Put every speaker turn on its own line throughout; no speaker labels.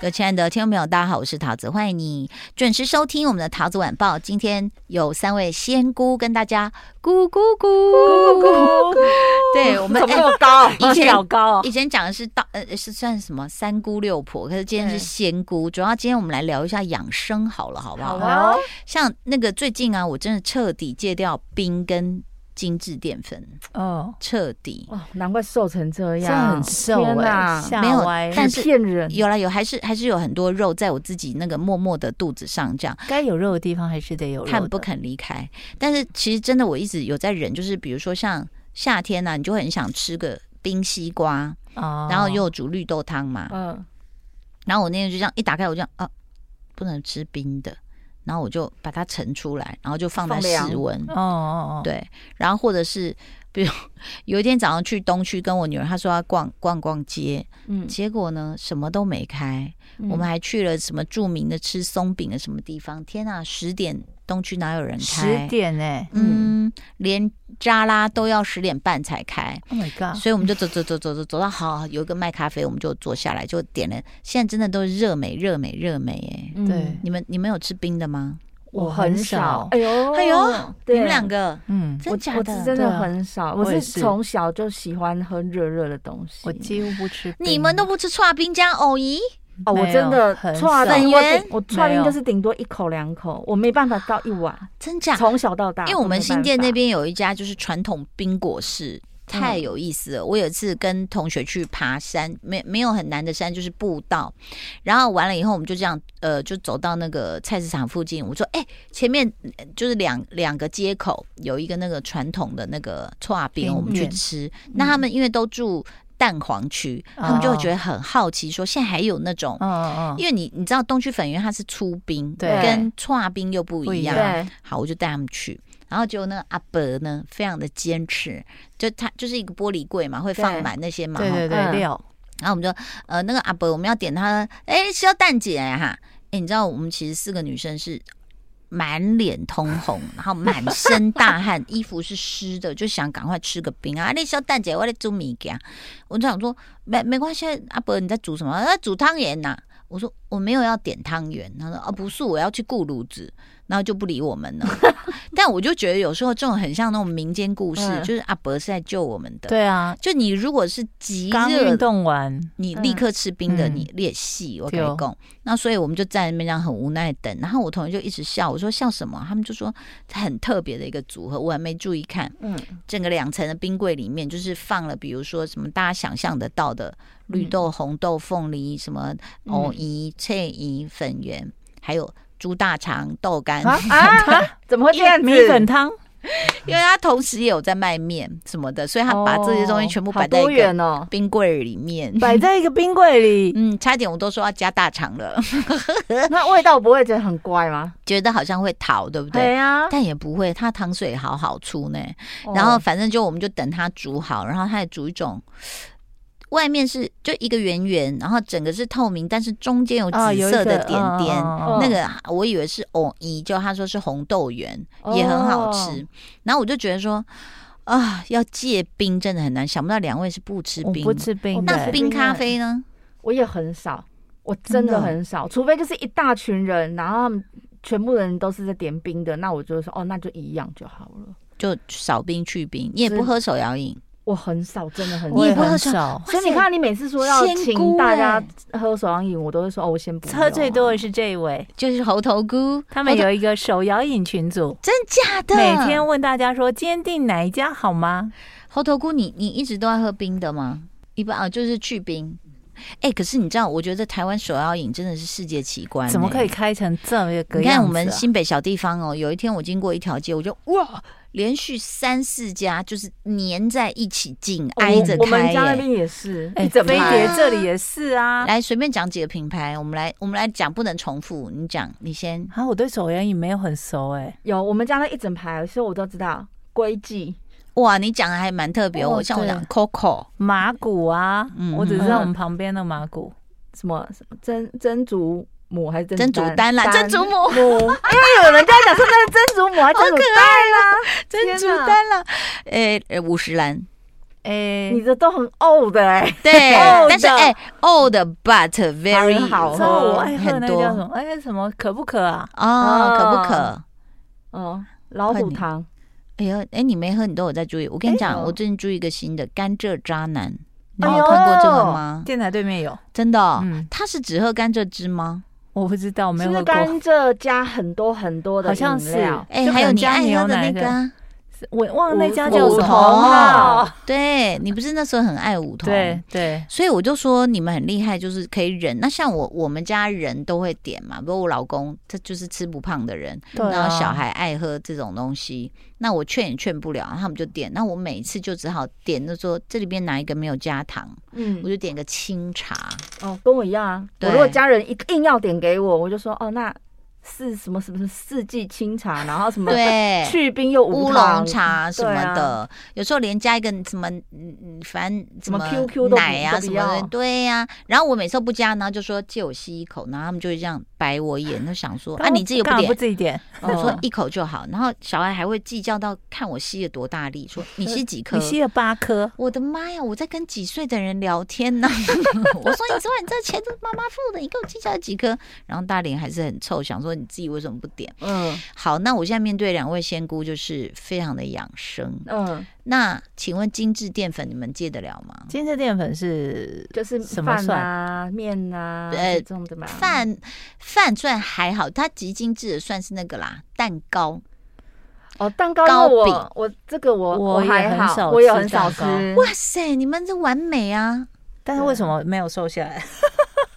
各位亲爱的听众朋友，大家好，我是桃子，欢迎你准时收听我们的桃子晚报。今天有三位仙姑跟大家咕咕咕 咕咕咕，对我们
怎么
哎
那么高？
以前
老高哦
以，前讲的是到呃是算什么三姑六婆，可是今天是
对
仙姑。主要今天我们来聊一下养生好了， 好不好？
好啊
像那个最近啊，我真的彻底戒掉冰跟精致淀粉，
哦，
彻底。
哇，难怪瘦成这
这
样，
很瘦
天
哎、
哪
吓
没有
歪了
但是
是骗人，
有啦有，还是还是有很多肉在我自己那个默默的肚子上这样。
该有肉的地方还是得有肉的，
看不肯离开。但是其实真的我一直有在忍，就是比如说像夏天呐、啊你就会很想吃个冰西瓜，
哦
然后又煮绿豆汤嘛。
嗯，
然后我那天就这样一打开，我就这样啊，不能吃冰的，然后我就把它盛出来，然后就放在
放凉
室温。
哦哦
嗯
哦，
对，然后或者是比如有一天早上去东区跟我女儿，她说要逛逛逛街，
嗯
结果呢什么都没开，
嗯
我们还去了什么著名的吃松饼的什么地方。天啊，十点东区哪有人开
十？点哎、
嗯，连扎拉都要十点半才开，
o h my god，
所以我们就走走走走走走到好有一个卖咖啡，我们就坐下来就点了。现在真的都是热美热美热美哎、
嗯
对
你们你们有吃冰的吗？
我很少，哎呦，
哎呦，你
对
们两个
嗯，
真
我
假
我
的？
真
对
的
啊
很少，
我
我
也
是
是
从小就喜欢喝热热的东西，
我几乎不吃冰，
你们都不吃串冰加藕姨？
哦，我
没
真
有
的
很
串
少
冰我顶
粉
我串
没
冰
有
就是顶多一口两口，我没办法到一 碗，
真假？
从小到大，
因为我们
没
新
办
店
法
那，边有一家就是传统冰果室，太
嗯
有意思了。我有一次跟同学去爬山，没没有很难的山，就是步道。然后完了以后，我们就这样呃，就走到那个菜市场附近。我说：“哎、前面呃就是两两个街口有一个那个传统的那个串冰，
冰
我们去
店
吃。那他们因为都住蛋黄区，他们就会觉得很好奇，说现在还有那种。”
嗯，嗯嗯，
因为你你知道东区粉圆它是粗冰，
对
跟串冰又不
不
一
一
样
样。
对，
好，我就带他们去。然后结果那个阿伯呢，非常的坚持，就他就是一个玻璃柜嘛，会放
对
满那些嘛。
对
哈
对对
嗯
料，
然后我们就呃，那个阿伯我们要点他，哎，是要蛋姐啊哈。哎，你知道我们其实四个女生是满脸通红，然后满身大汗，衣服是湿的，就想赶快吃个冰啊。啊那小蛋姐，我在煮米给我就想说没没关系，啊阿伯你在煮什么？啊、煮汤圆呐、我说我没有要点汤圆，他说啊不是，我要去顾炉子，然后就不理我们了。 但我就觉得有时候这种很像那种民间故事，
嗯
就是阿伯是在救我们的。，
对啊，
就你如果是极
刚
热
运动完，
你立刻吃冰的，
嗯
你裂细，我跟
对
你
哦
讲。那所以我们就在那边这样很无奈地等，然后我同学就一直笑，我说笑什么？他们就说很特别的一个组合，我还没注意看，
嗯，
整个两层的冰柜里面就是放了，比如说什么大家想象得到的绿豆、
嗯
红豆、凤梨、什么藕姨、脆姨、粉圆，还有猪大肠、豆 干，
啊啊，怎么会这样子？
米粉汤，
因为他同时也有在卖面什么的，所以他把这些东西全部
哦好
摆在一
多
个
元 哦，
冰柜里面。
摆在一个冰柜 里，
嗯，差点我都说要加大肠了。
那味道不会觉得很怪吗？
觉得好像会逃，对不
对啊
对？
呀，
但也不会，它糖水好好出呢。然后
哦
反正就我们就等它煮好，然后它也煮一种，外面是就一个圆圆，然后整个是透明，但是中哦间有紫
啊，有一
色的
个
点点。
嗯嗯嗯
那
嗯
个我以为是藕泥，就他说是红豆圆，也很好吃。
哦
然后我就觉得说，啊，要戒冰真的很难，想不到两位是不吃
我
冰。
不吃冰啊
那
的，
冰咖啡呢？
我也很少，我真
真
的
的
很少，除非就是一大群人，然后他们全部人都是在点冰的，那我就说哦，那就一样就好了。
就少冰去冰，你也不
是
喝手摇饮，
我很少，真的很
你
少
我。也
不喝啊
很
茶
少，
所以你看，你每次说要
仙
请
姑
大家
欸
喝手摇饮，我都会说哦，我先不用啊。
喝最多的是这一位，
就是猴头菇，
他们
猴头
有一个手摇饮群组，
真假的，
每天问大家说今天订哪一家好吗？
猴头菇你，你一直都在喝冰的吗？一般啊，就是去冰。哎、可是你知道，我觉得台湾手摇饮真的是世界奇观、
怎么可
欸？
以开成这么一个
你
样
看我
子啊
们新北小地方哦，有一天我经过一条街，我就哇，连续三四家就是粘在一起紧
哦
挨着
我我们
开、
家那
欸。
边也是
哎
一整
飞
排
碟这里也是啊。
来随便讲几个品牌，我们来我们来讲，不能重复。你讲，你先。
啊，我对手摇饮没有很熟哎、
有，我们家那一整排，所以我都知道。龟记，
哇，你讲的还蛮特别哦。
哦
我像我
对
讲 Coco，
马古啊
嗯，
我只知道我们旁边的马古，
什么什么曾曾祖母还是
曾祖丹啦曾祖母
母， 因为有人在讲说那是曾祖母还是曾祖丹
珍珠
天哪
丹啦，诶、呃五十岚，嗯
哎
啦，，你的都很 old 哎、
对
Old，
但是哎、o l d but very
很好
知道我爱喝
哦很
那
多
叫什么？哎，什么可不可啊？
哦，可不可
哦？哦，老虎糖
哎呦，哎，你没喝，你都有在注意。我跟你讲，
嗯
哎呦
我最近注意一个新的甘蔗渣男，你
哎
有
呦
看过这个吗？
电台对面有，
真的嗯哦、
嗯，
他是只喝甘蔗汁吗？
我不知道，我没
是
有
不
喝
是
过。
甘蔗加很多很多的
好像
饮料
哎，
就
还有
很
你
加
爱
牛
喝的
奶
那个、
的
啊，
我忘了那家
就
叫
有
什
什
么
么。
啊，
对你不是那时候很爱梧桐？
对。对，
所以我就说你们很厉害，就是可以忍。那像我，我们家人都会点嘛，比如我老公他就是吃不胖的人，
对啊
然后小孩爱喝这种东西，那我劝也劝不了，他们就点。那我每次就只好点，就说这里边拿一个没有加糖，我
嗯，
就点个清茶。
哦，跟我一样啊。我
对
如果家人一硬要点给我，我就说哦，那是什么什么四季清茶，然后什么
对，
嗯去冰又无
乌
糖
龙，茶什么
对
的，有时候连加一个什么，嗯嗯，反正
什么 QQ 都不
奶啊
都
什
不
么的
要，
对呀、然后我每次都不加，然后就说借我吸一口，然后他们就会这样白我眼，就想说啊你自己又不
干嘛不
点，
自己点？
我
哦
说一口就好。然后小孩还会计较到看我吸了多大力，说你吸几颗
你。吸了八颗，
我的妈呀！我在跟几岁的人聊天呢、 我说：“你知道你这钱都是妈妈付的，你给我计较几颗？”然后大脸还是很臭，想说你自己为什么不点？
嗯
好，那我现在面对两位仙姑，就是非常的养生。
嗯，
那请问精致淀粉你们戒得了吗？
精致淀粉是
就是
什么
饭啊、面啊
呃
这种的嘛。
饭饭算还好，它极精致的算是那个啦，蛋糕。
哦，蛋糕
糕
因为
饼
我我这个我
我也
还
很少
好，我也
吃
很少
蛋
吃
糕。
哇塞，你们这完美啊！
但是为什么没有瘦下来？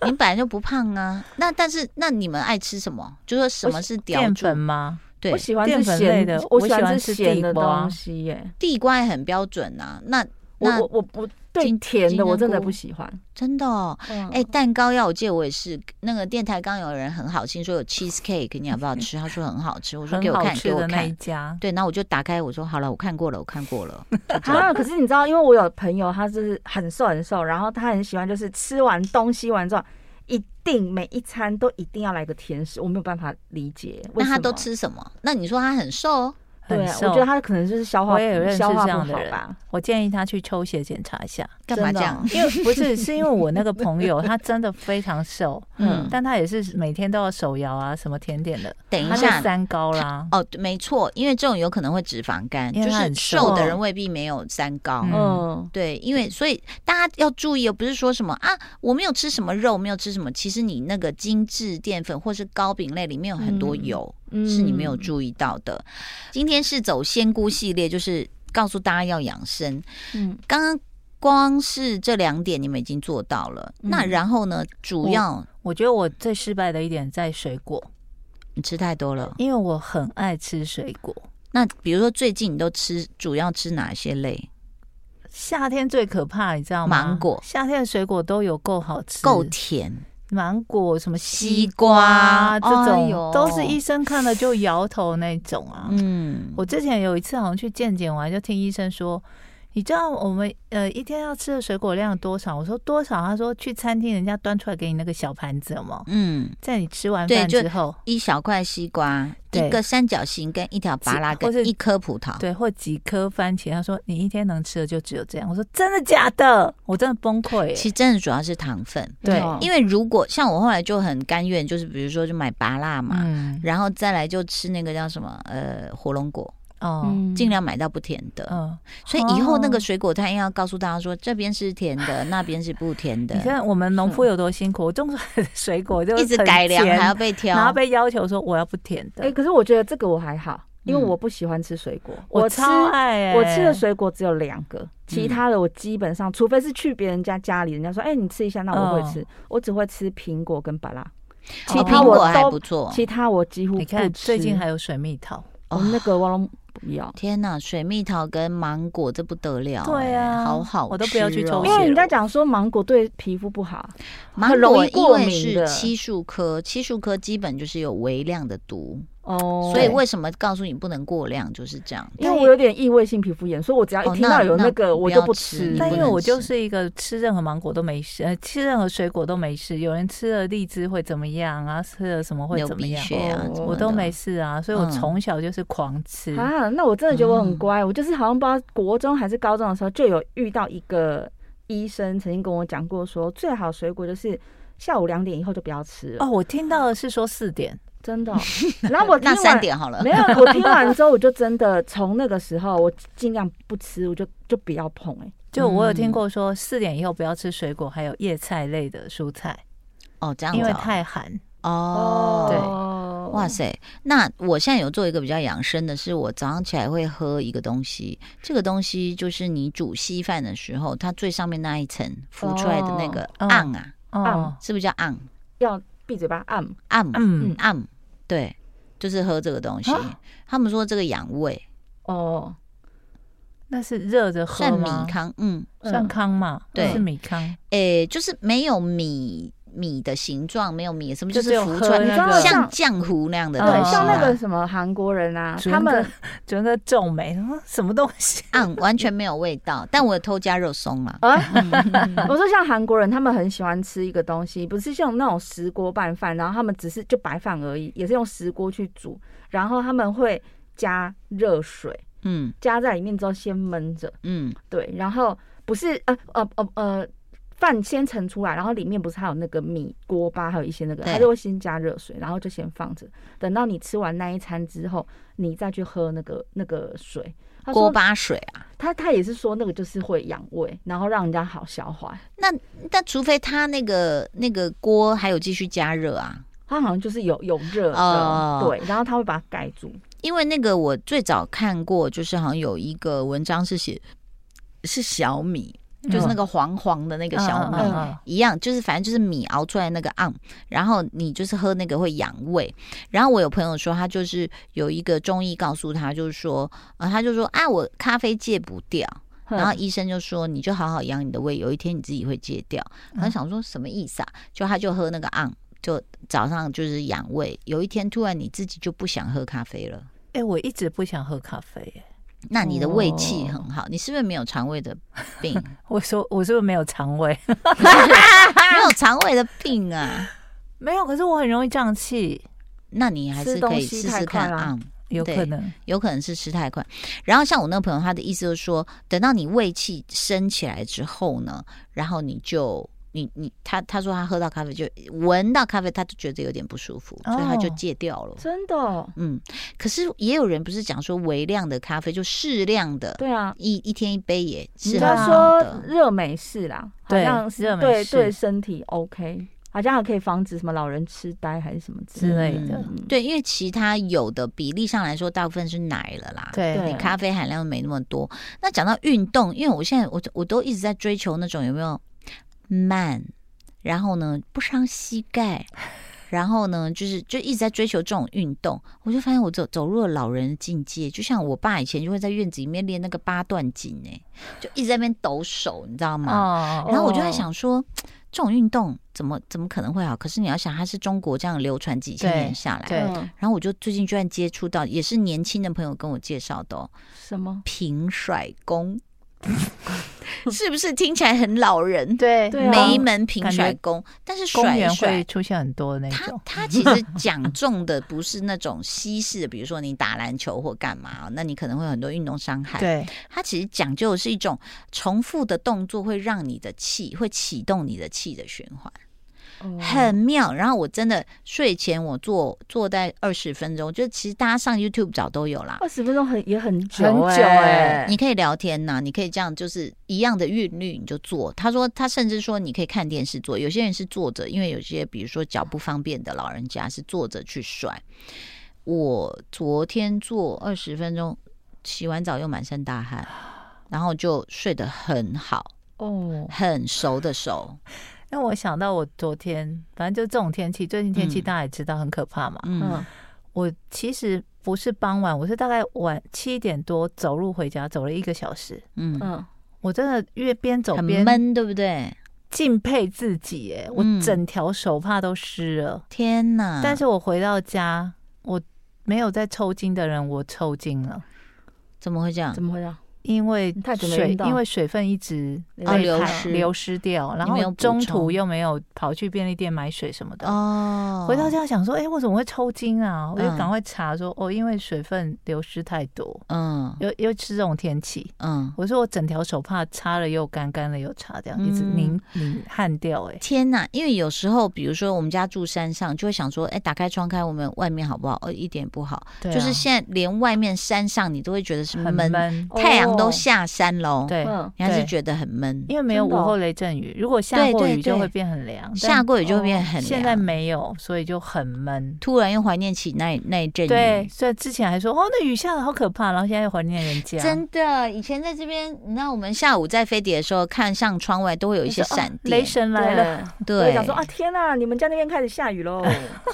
你本来就不胖啊。那但是那你们爱吃什么？就说什么是雕
淀
住？
粉吗？
对
我，喜欢吃
淀粉
咸
类的
我
我
喜
喜
欢
欢
吃
吃
咸
地
的
瓜
东西耶。
地瓜也很标准啊。那
我
那
我我不对
金
甜
金
的我
针
真的
菇
不喜欢。
真的哦。哎、
嗯
哎，
蛋糕要我借，我也是。那个电台刚有人很好心说有 cheese cake，你要不要吃？他说很好吃，我说给
很
我
好
看，
吃
给我
的那一
看。
家，
对，那我就打开，我说好了，我看过了，我看过 了。
啊，可是你知道，因为我有朋友，他就是很瘦很瘦，然后他很喜欢，就是吃完东西完之后，一定每一餐都一定要来个甜食，我没有办法理解。为
那他
什
都
么？
吃什么？那你说他很瘦哦，
对
很
啊，我
瘦
觉得。他可能就是消化
我也有认识
消化
这样
不
的
好
人
吧。
我建议他去抽血检查 一下，
干嘛
真的
这样
哦？
因为不是是因为我那个朋友他真的非常瘦，
嗯
嗯，但他也是每天都要手摇啊，什么甜点的，
等一
他就
下。
三高啦，
哦，对没错，因为这种有可能会脂肪肝，
因为
就
他
是
很瘦
瘦的人未必没有三高。
嗯
嗯，
对，因为所以大家要注意哦，不是说什么啊，我没有吃什么肉，没有吃什么，其实你那个精致淀粉或是糕饼类里面有很多
嗯
油，
嗯
是你没有注意到的。今天是走仙姑系列，就是告诉大家要养生。
嗯，
刚刚光是这两点你们已经做到了，
嗯
那然后呢，主
我
要
我觉得我最失败的一点在水果，
你吃太多了。
因为我很爱吃水果，
那比如说最近你都吃主要吃哪些类？
夏天最可怕，你知道吗？
芒果
夏天的水果都有够好吃，
够甜，
芒果什么西
西瓜
瓜这
哎
种
呦，
都是医生看了就摇头那种啊。
嗯，
我之前有一次好像去健检完，就听医生说。你知道我们呃一天要吃的水果量多少？我说多少？他说去餐厅人家端出来给你那个小盘子，有没有？
嗯，
在你吃完
对
饭
就
之后，
一小块西瓜，
对
一个三角形跟一条拔拉跟
或是
一颗葡萄，
对，或几颗番茄。他说你一天能吃的就只有这样。我说真的假的？我真的崩溃
其
耶。
实真的主要是糖分，
对，
哦
因为如果像我后来就很甘愿，就是比如说就买拔拉嘛，
嗯，
然后再来就吃那个叫什么呃火龙果，
哦，
嗯
尽量买到不甜的。
嗯，
所以以后那个
哦
水果摊要告诉大家说，这边是甜的，那边是不甜的
你，看我们农夫有多辛苦，我种出 来的水果就
一直
很
改良
甜
还要被挑，哦
然后被要求说我要不甜的，
哎，可是我觉得这个我还好，因为
嗯
我不喜欢吃水果，
我
吃
超爱、欸，
我吃的水果只有两个，
嗯
其他的我基本上，除非是去别人家家里，人家说：“哎、你吃一下。”那我会吃，我只会吃苹果跟芭拉，
嗯哦
其他
苹
我
果还
都
不错。
其他我几乎不
你
吃。
看最近还有水蜜桃，
哦，那个我都不要，
天呐，水蜜桃跟芒果这不得了、
对啊
哎好好、哦，哦
我都不要去抽
因为
血
人家讲说芒果对皮肤不好，
芒
很容
果
易
因
过
为
敏
是
的
漆树科，漆树科基本就是有微量的毒，
哦
所以为什么告诉你不能过量，就是这样。
因为我有点异位性皮肤炎，所以我只要
哦
一听到有
那
那个，
那
我就
不要吃
吃
你。
但
不
因为
能
我就
吃
是一个吃任何芒果都没事，呃，吃任何水果都没事。有人吃了荔枝会怎么样啊？吃了什么会
流
怎么
鼻
样？
血啊，
哦
什么
我
的
都没。事啊，所以我
嗯
从小就是狂吃。
啊，那我真的觉得我很乖，我就是好像不知道国中还是高中的时候就有遇到一个医生曾经跟我讲过说最好水果就是下午两点以后就不要吃了，
哦，我听到的是说四点，
真的哦。然后我听
那三
完。
点好了
没，有，我听完之后，我就真的从那个时候，我尽量不吃，我就就不要碰、哎，
就我有听
嗯
过说四点以后不要吃水果，还有叶菜类的蔬菜，
哦，这样子哦，
因为太寒。
哦，
对
对
哇，塞，那我现在有做一个比较养生的是，我早上起来会喝一个东西，这个东西就是你煮稀饭的时候，它最上面那一层浮出来的那个
哦
暗啊，
哦，
是不是叫暗
要闭嘴巴按，
暗
嗯，
暗？对，就是喝这个东西
啊。
他们说这个养胃，
哦，
那是热着喝
算米
吗？
糠，嗯，
嗯
算糠嘛？
对
是米糠。
诶，就是没有米米的形状，没有米什么，就
就是只有
浮
喝
出来
那
你知道
个
像浆糊那样的
嗯
东西
对，
啊，
像那个什么韩国人啊，
觉得
他们
觉得皱眉， 啊什么东西？
暗完全没有味道，但我有偷加肉松啦。
啊，我说像韩国人，他们很喜欢吃一个东西，不是像那种石锅拌饭，然后他们只是就白饭而已，也是用石锅去煮，然后他们会加热水，
嗯
加在里面之后先焖着，
嗯，
对，然后不是呃呃呃呃，饭先盛出来，然后里面不是还有那个米锅巴，还有一些那个，
对
它就会先加热水，然后就先放着，等到你吃完那一餐之后，你再去喝那个那个水。他
锅
说
巴水啊。
他他也是说那个就是会养胃，然后让人家好消化。
那但除非他那个那个锅还有继续加热啊，
它好像就是有有热的，
哦
对，然后它会把它盖住。
因为那个我最早看过，就是好像有一个文章是写是小米，就是那个黄黄的那个小米。
嗯嗯嗯嗯
一样，就是反正就是米熬出来那个昂，然后你就是喝那个会养胃。然后我有朋友说，他就是有一个中医告诉他，就是说，呃，他就说啊，我咖啡戒不掉，
哼
然后医生就说：“你就好好养你的胃，有一天你自己会戒掉。”
嗯
他想说什么意思啊？就他就喝那个昂，就早上就是养胃，有一天突然你自己就不想喝咖啡了，
哎、我一直不想喝咖啡、耶
那你的胃气很
哦
好，你是不是没有肠胃的病？
我说我是不是没有肠胃？
没有肠胃的病啊？
没有，可是我很容易胀气，
那你还是
吃
可
东
以
西
试
太
试看
快啦
昂。
有
对
可能。
有可能是吃太快。然后像我那个朋友，他的意思就是说，等到你胃气升起来之后呢，然后你就你你他他说他喝到咖啡就闻到咖啡，他就觉得有点不舒服，
哦
所以他就戒掉了。
真的哦，
嗯，可是也有人不是讲说微量的咖啡就适量的，
对啊，
一一天一杯也是啊
人
很
家
好
说
的。
热美式啦，好
对
像是
热美
对
式
对身体 OK，好像还可以防止什么老人痴呆还是什么之
之
类
类的
嗯
对，因为其他有的比例上来说，大部分是奶了啦。
对
对
咖啡含量没那么多。那讲到运动，因为我现在我我都一直在追求那种有没有慢，然后呢不伤膝盖，然后呢就是就一直在追求这种运动。我就发现我走走入了老人的境界，就像我爸以前就会在院子里面练那个八段锦哎、就一直在那边抖手，你知道吗？
哦，
然后我就在想说，这种运动怎么怎么可能会好？可是你要想，它是中国这样流传几千
对
年下来，
对
嗯
然后我就最近居然接触到，也是年轻的朋友跟我介绍的、哦，
什么？
平甩功， 是不是听起来很老人？
对
对啊
梅门平甩功，但是
公
甩一
园会
甩。
出现很多那
他
种，
他其实讲中的不是那种西式的，比如说你打篮球或干嘛，哦那你可能会有很多运动伤害。
对，
它其实讲究的是一种重复的动作，会让你的气会启动你的气的循环。
嗯
哦
很妙。然后我真的睡前我做做在二十分钟，就其实大家上 YouTube 找都有啦。
二十分钟很也很久
很久
哎
哎，
你可以聊天呐、你可以这样，就是一样的韵律你就做。他说，他甚至说你可以看电视做。有些人是坐着，因为有些比如说脚不方便的老人家是坐着去甩。我昨天做二十分钟，洗完澡又满身大汗，然后就睡得很好，
哦，
很熟的熟。
让我想到我昨天，反正就这种天气，最近天气
嗯
大家也知道很可怕嘛。
嗯
嗯，
我其实不是傍晚，我是大概晚七点多走路回家，走了一个小时。
嗯，
嗯，
我真的越边走
很
边
闷，对不对？
敬佩自己，耶，我
嗯
整条手帕都湿了。
天哪！
但是我回到家，我没有在抽筋的人，我抽筋了，
怎么会这样
怎？么啊会这样？
因为
你太久没
水
运动
因为水分一直
哦
被
流
排
失
流失掉，然
没有
后
补
中
充
途又没有跑去便利店买水什么的。
哦，
回到家想说，哎、我怎么会抽筋啊？我就
嗯
赶快查说，哦，因为水分流失太多，
嗯
尤尤其是这种天气。
嗯，
我说我整条手帕擦了又干，干了又擦掉，一直
嗯
凝凝汗掉、哎，
天呐！因为有时候，比如说我们家住山上，就会想说，哎，打开窗开我们外面好不好？哦，一点也不好，
对啊
就是现在连外面山上你都会觉得是
很
闷，
闷，
哦
太阳都下山喽，，
对，
嗯，
你还是
对
觉得很闷。
因为没有
真
午
的哦
后雷阵雨，如果下
对
过
对
雨就
对
会变很凉，
下过雨就会变
但
很凉，
哦现在没有，所以就很闷。
突然又怀念起那那一阵雨。
对，所以之前还说哦，那雨下的好可怕，然后现在又怀念人家，
真的，以前在这边，你知道我们下午在飞碟的时候，看向窗外都会有一些
就说哦
闪电。
雷神来了，
对，我
对
也，想说啊，天哪、你们家那边开始下雨 嗯喽，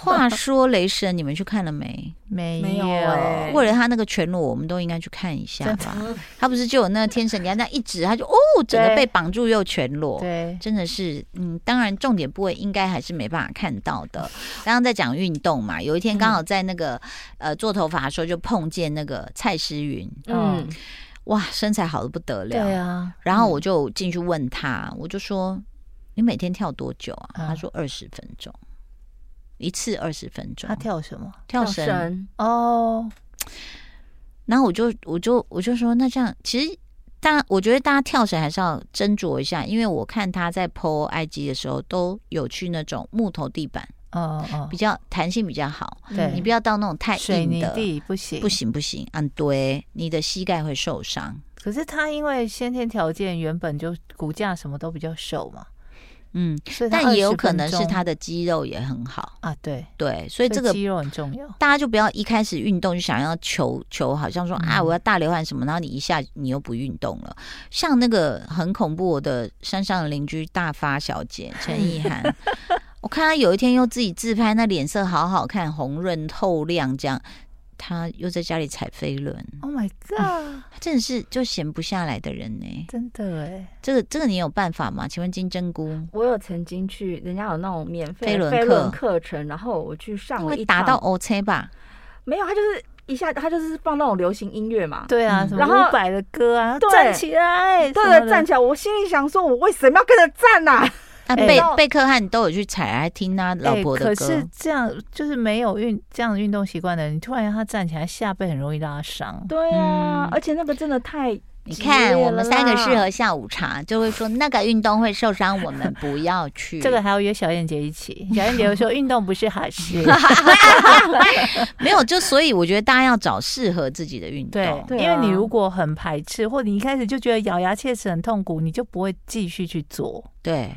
话说雷神，你们去看了没？哦
没欸
没有哎
为了他那个全裸，我们都应该去看一下
真
吧。他不是就有那个天神，你看那一指，他就哦，整个
对
被绑住又全裸。
对，
真的是，嗯，当然重点部位应该还是没办法看到的。 刚刚在讲运动嘛，有一天
嗯
刚好在那个、呃做头发的时候，就碰见那个蔡诗芸，
嗯，
哇，身材好的不得了。
对啊，
然后我就进去问他，我就说：“你每天跳多久啊？”
嗯
他说：“二十分钟，一次二十分钟。
他跳什么？
跳绳。
神，
哦，
然后我就我就我就说：“那这样其实。”大，我觉得大家跳绳还是要斟酌一下，因为我看他在 PO IG 的时候都有去那种木头地板，
哦哦
比，较弹性比较好。
嗯
对
你不要到那种太
水
硬
泥
的，
地不行，
不。行不行，嗯，对，你的膝盖会受伤。
可是他因为先天条件原本就骨架什么都比较瘦嘛，
嗯，
所以他
但也有
20
可能
分
是
钟
他的肌肉也很好，
啊，对，
对，所
所
以这个
肌肉很重要。
大家就不要一开始运动就想要求求，好像说啊，
嗯
我要大流汗什么，然后你一下你又不运动了。像那个很恐怖，我的山上的邻居大发小姐陈意涵，我看她有一天又自己自拍，那脸色好好看，红润透亮，这样。她又在家里踩飞轮，
Oh my
嗯
啊
god！
她真的是就闲不下来的人呢、
真的哎，
这个这个你有办法吗？请问金针菇
我有曾经去，人家有那种免费
飞
的
轮
飞
课
轮课程，然后我去上了
会
一
打到
堂
OK 吧？
没有，他就是一下，他就是放那种流行音乐嘛。
对啊，
嗯
什
然
么
后
五百的歌啊，
对
站起来，
对
什么
对，
的
站起来！我心里想说，我为什么要跟着站呐、啊？
啊，
哎
贝
到
贝克汉都有去踩，还听他老
哎
婆的
可
歌。
是这样就是没有运这样的运动习惯的人，你突然让他站起来，下背很容易拉伤。
对啊，
嗯
而且那个真的太
你
激
看，
烈
我
了
们三个
啦
适合下午茶，就会说那个运动会受伤，我们不要去。
这个还要约小燕姐一起。小燕姐 又说运动不是好事，
没有，就所以我觉得大家要找适合自己的运
对
动。，
对
因为
啊
你如果很排斥，或你一开始就觉得咬牙切齿很痛苦，你就不会继续去做。
对，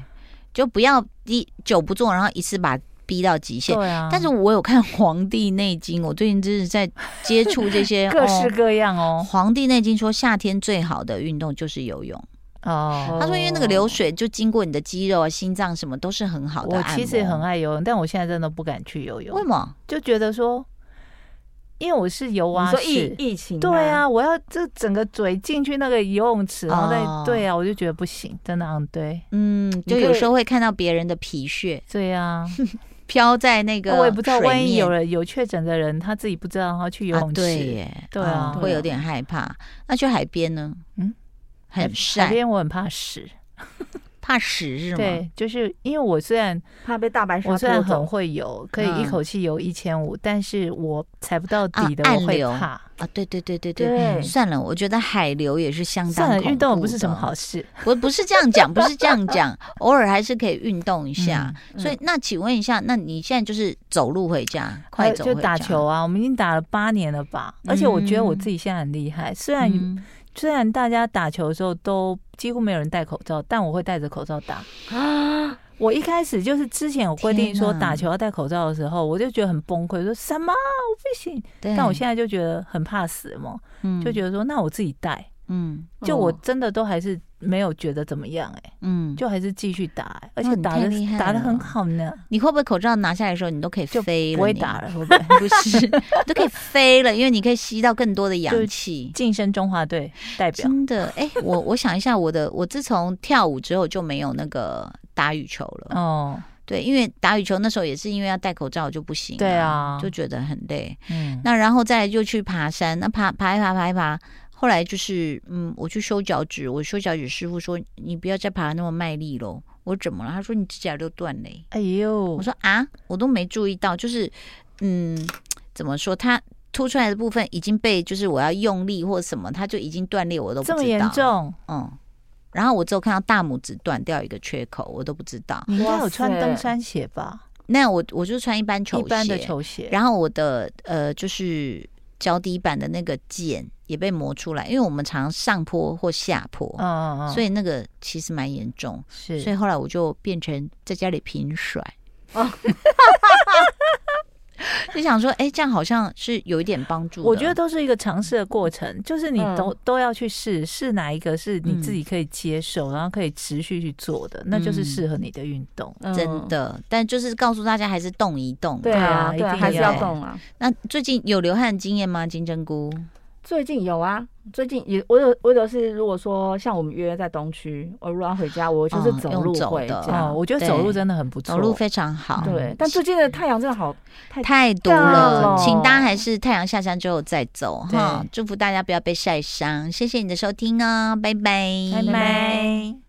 就不要一久不做，然后一次把逼到极限。
对啊，
但是我有看《黄帝内经》，我最近真是在接触这些
各式
哦
各样哦。
黄帝内经》说夏天最好的运动就是游泳。
哦，
他说，因为那个流水就经过你的肌肉啊、心脏什么，都是很好的
我
按摩。
其实很爱游泳，但我现在真的不敢去游泳
哦为，什么？
就觉得说，因为我是游
你
蛙
说疫
式。
疫情、
对，啊，我要这整个嘴进去那个游泳池，然后再、
哦
对啊，我就觉得不行，真的嗯，对
嗯，就
可
有
以
时候会看到别人的皮屑，
对 啊，
飘在那个，
我也不知道，万一有人有确诊的人，他自己不知道，然后去游
啊
泳，池，
对耶，
对
嗯
啊对啊
会有点害怕。那去海边呢？嗯
嗯，
很
海
晒，
边我很怕屎，
怕屎是吗？
对，就是因为我虽然
怕被大白鲨
我虽然
拖
很
走。
会游，可以一口气游一千五，但是我踩不到底的，
嗯啊
我会
暗流
怕。
啊，对对对对对。
对，
算了，我觉得海流也是相当
算了，
恐
运动
怖
不是什么
的
好，事。
不不是这样 讲，不是这样讲，偶尔还是可以运动一下。
嗯
所以，那请问一下，那你现在就是走路回家，快走
呃就
回
打
家嗯
球，啊，我们已经打了八年了吧？而且我觉得我自己现在很厉害，虽然
嗯
虽然大家打球的时候都几乎没有人戴口罩，但我会戴着口罩打。
啊，
我一开始就是之前有规定说
天哪
打球要戴口罩的时候，我就觉得很崩溃，说什么我不行。
对，嗯
但我现在就觉得很怕死嘛，
在
就觉得说那我自己戴，
嗯
就我
哦
真的都还是没有觉得怎么样哎、
嗯，就
就还是继续打、欸，而
哇
且
你
打
太
的
厉害
打的
了
很好呢，
你会不会口罩拿下来的时候，你都可以
就
飞了？
不会
你
打了，会不会？
不是，都可以飞了，因为你可以吸到更多的氧
就
气。
晋升中华队代 表，
真的，哎、我我想一下，我的我自从跳舞之后就没有那个打羽球了，
哦，
对，因为打羽球那时候也是因为要戴口罩就不行、
对啊
就觉得很累。
嗯，
那然后再来就去爬山，那爬爬一爬爬一爬，后来就是嗯，我去修脚趾，我修脚趾师傅说你不要再爬那么卖力喽。我说怎么了？他说你指甲都断嘞、
哎呦
我，说啊，我都没注意到，就是嗯，怎么说？它凸出来的部分已经被就是我要用力或什么，它就已经断裂，我都不知
这
道。
么严？重，
嗯。然后我只有看到大拇指断掉一个缺口，我都不知道。
你应该
哇
有穿
塞
登山鞋吧？
那我我就穿一般球
一
鞋，
般的球鞋，
然后我的呃就是脚底板的那个茧也被磨出来，因为我们常上坡或下坡，
嗯嗯嗯，
所
以
以那个其实蛮严重。所以
是
后来我就变成在家里平甩。
哦
就想说，哎、这样好像是有一点帮助的。
我觉得都是一个尝试的过程，就是你
嗯
都、都要去试，试哪一个是你自己可以接受，
嗯
然后可以持续去做的，那就是适合你的运动。
嗯
真，的，但就是告诉大家还是动一动。
对啊，
对啊
对啊，
一定
还是要
要
动啊。
那最近有流汗经验吗？金针菇？
最近有啊，最近也我有我有是，如果说像我们约在东区，我如果要回家，我就是
嗯
走
用
路
走
回
的
家。
哦，我觉得走路真的很不错，
啊走路非常好。
对，但最近的太阳真的好，
嗯太毒
大
了
了，
请大家还是太阳下山之后再走
对
哈。祝福大家不要被晒伤，谢谢你的收听哦，拜拜，
拜拜。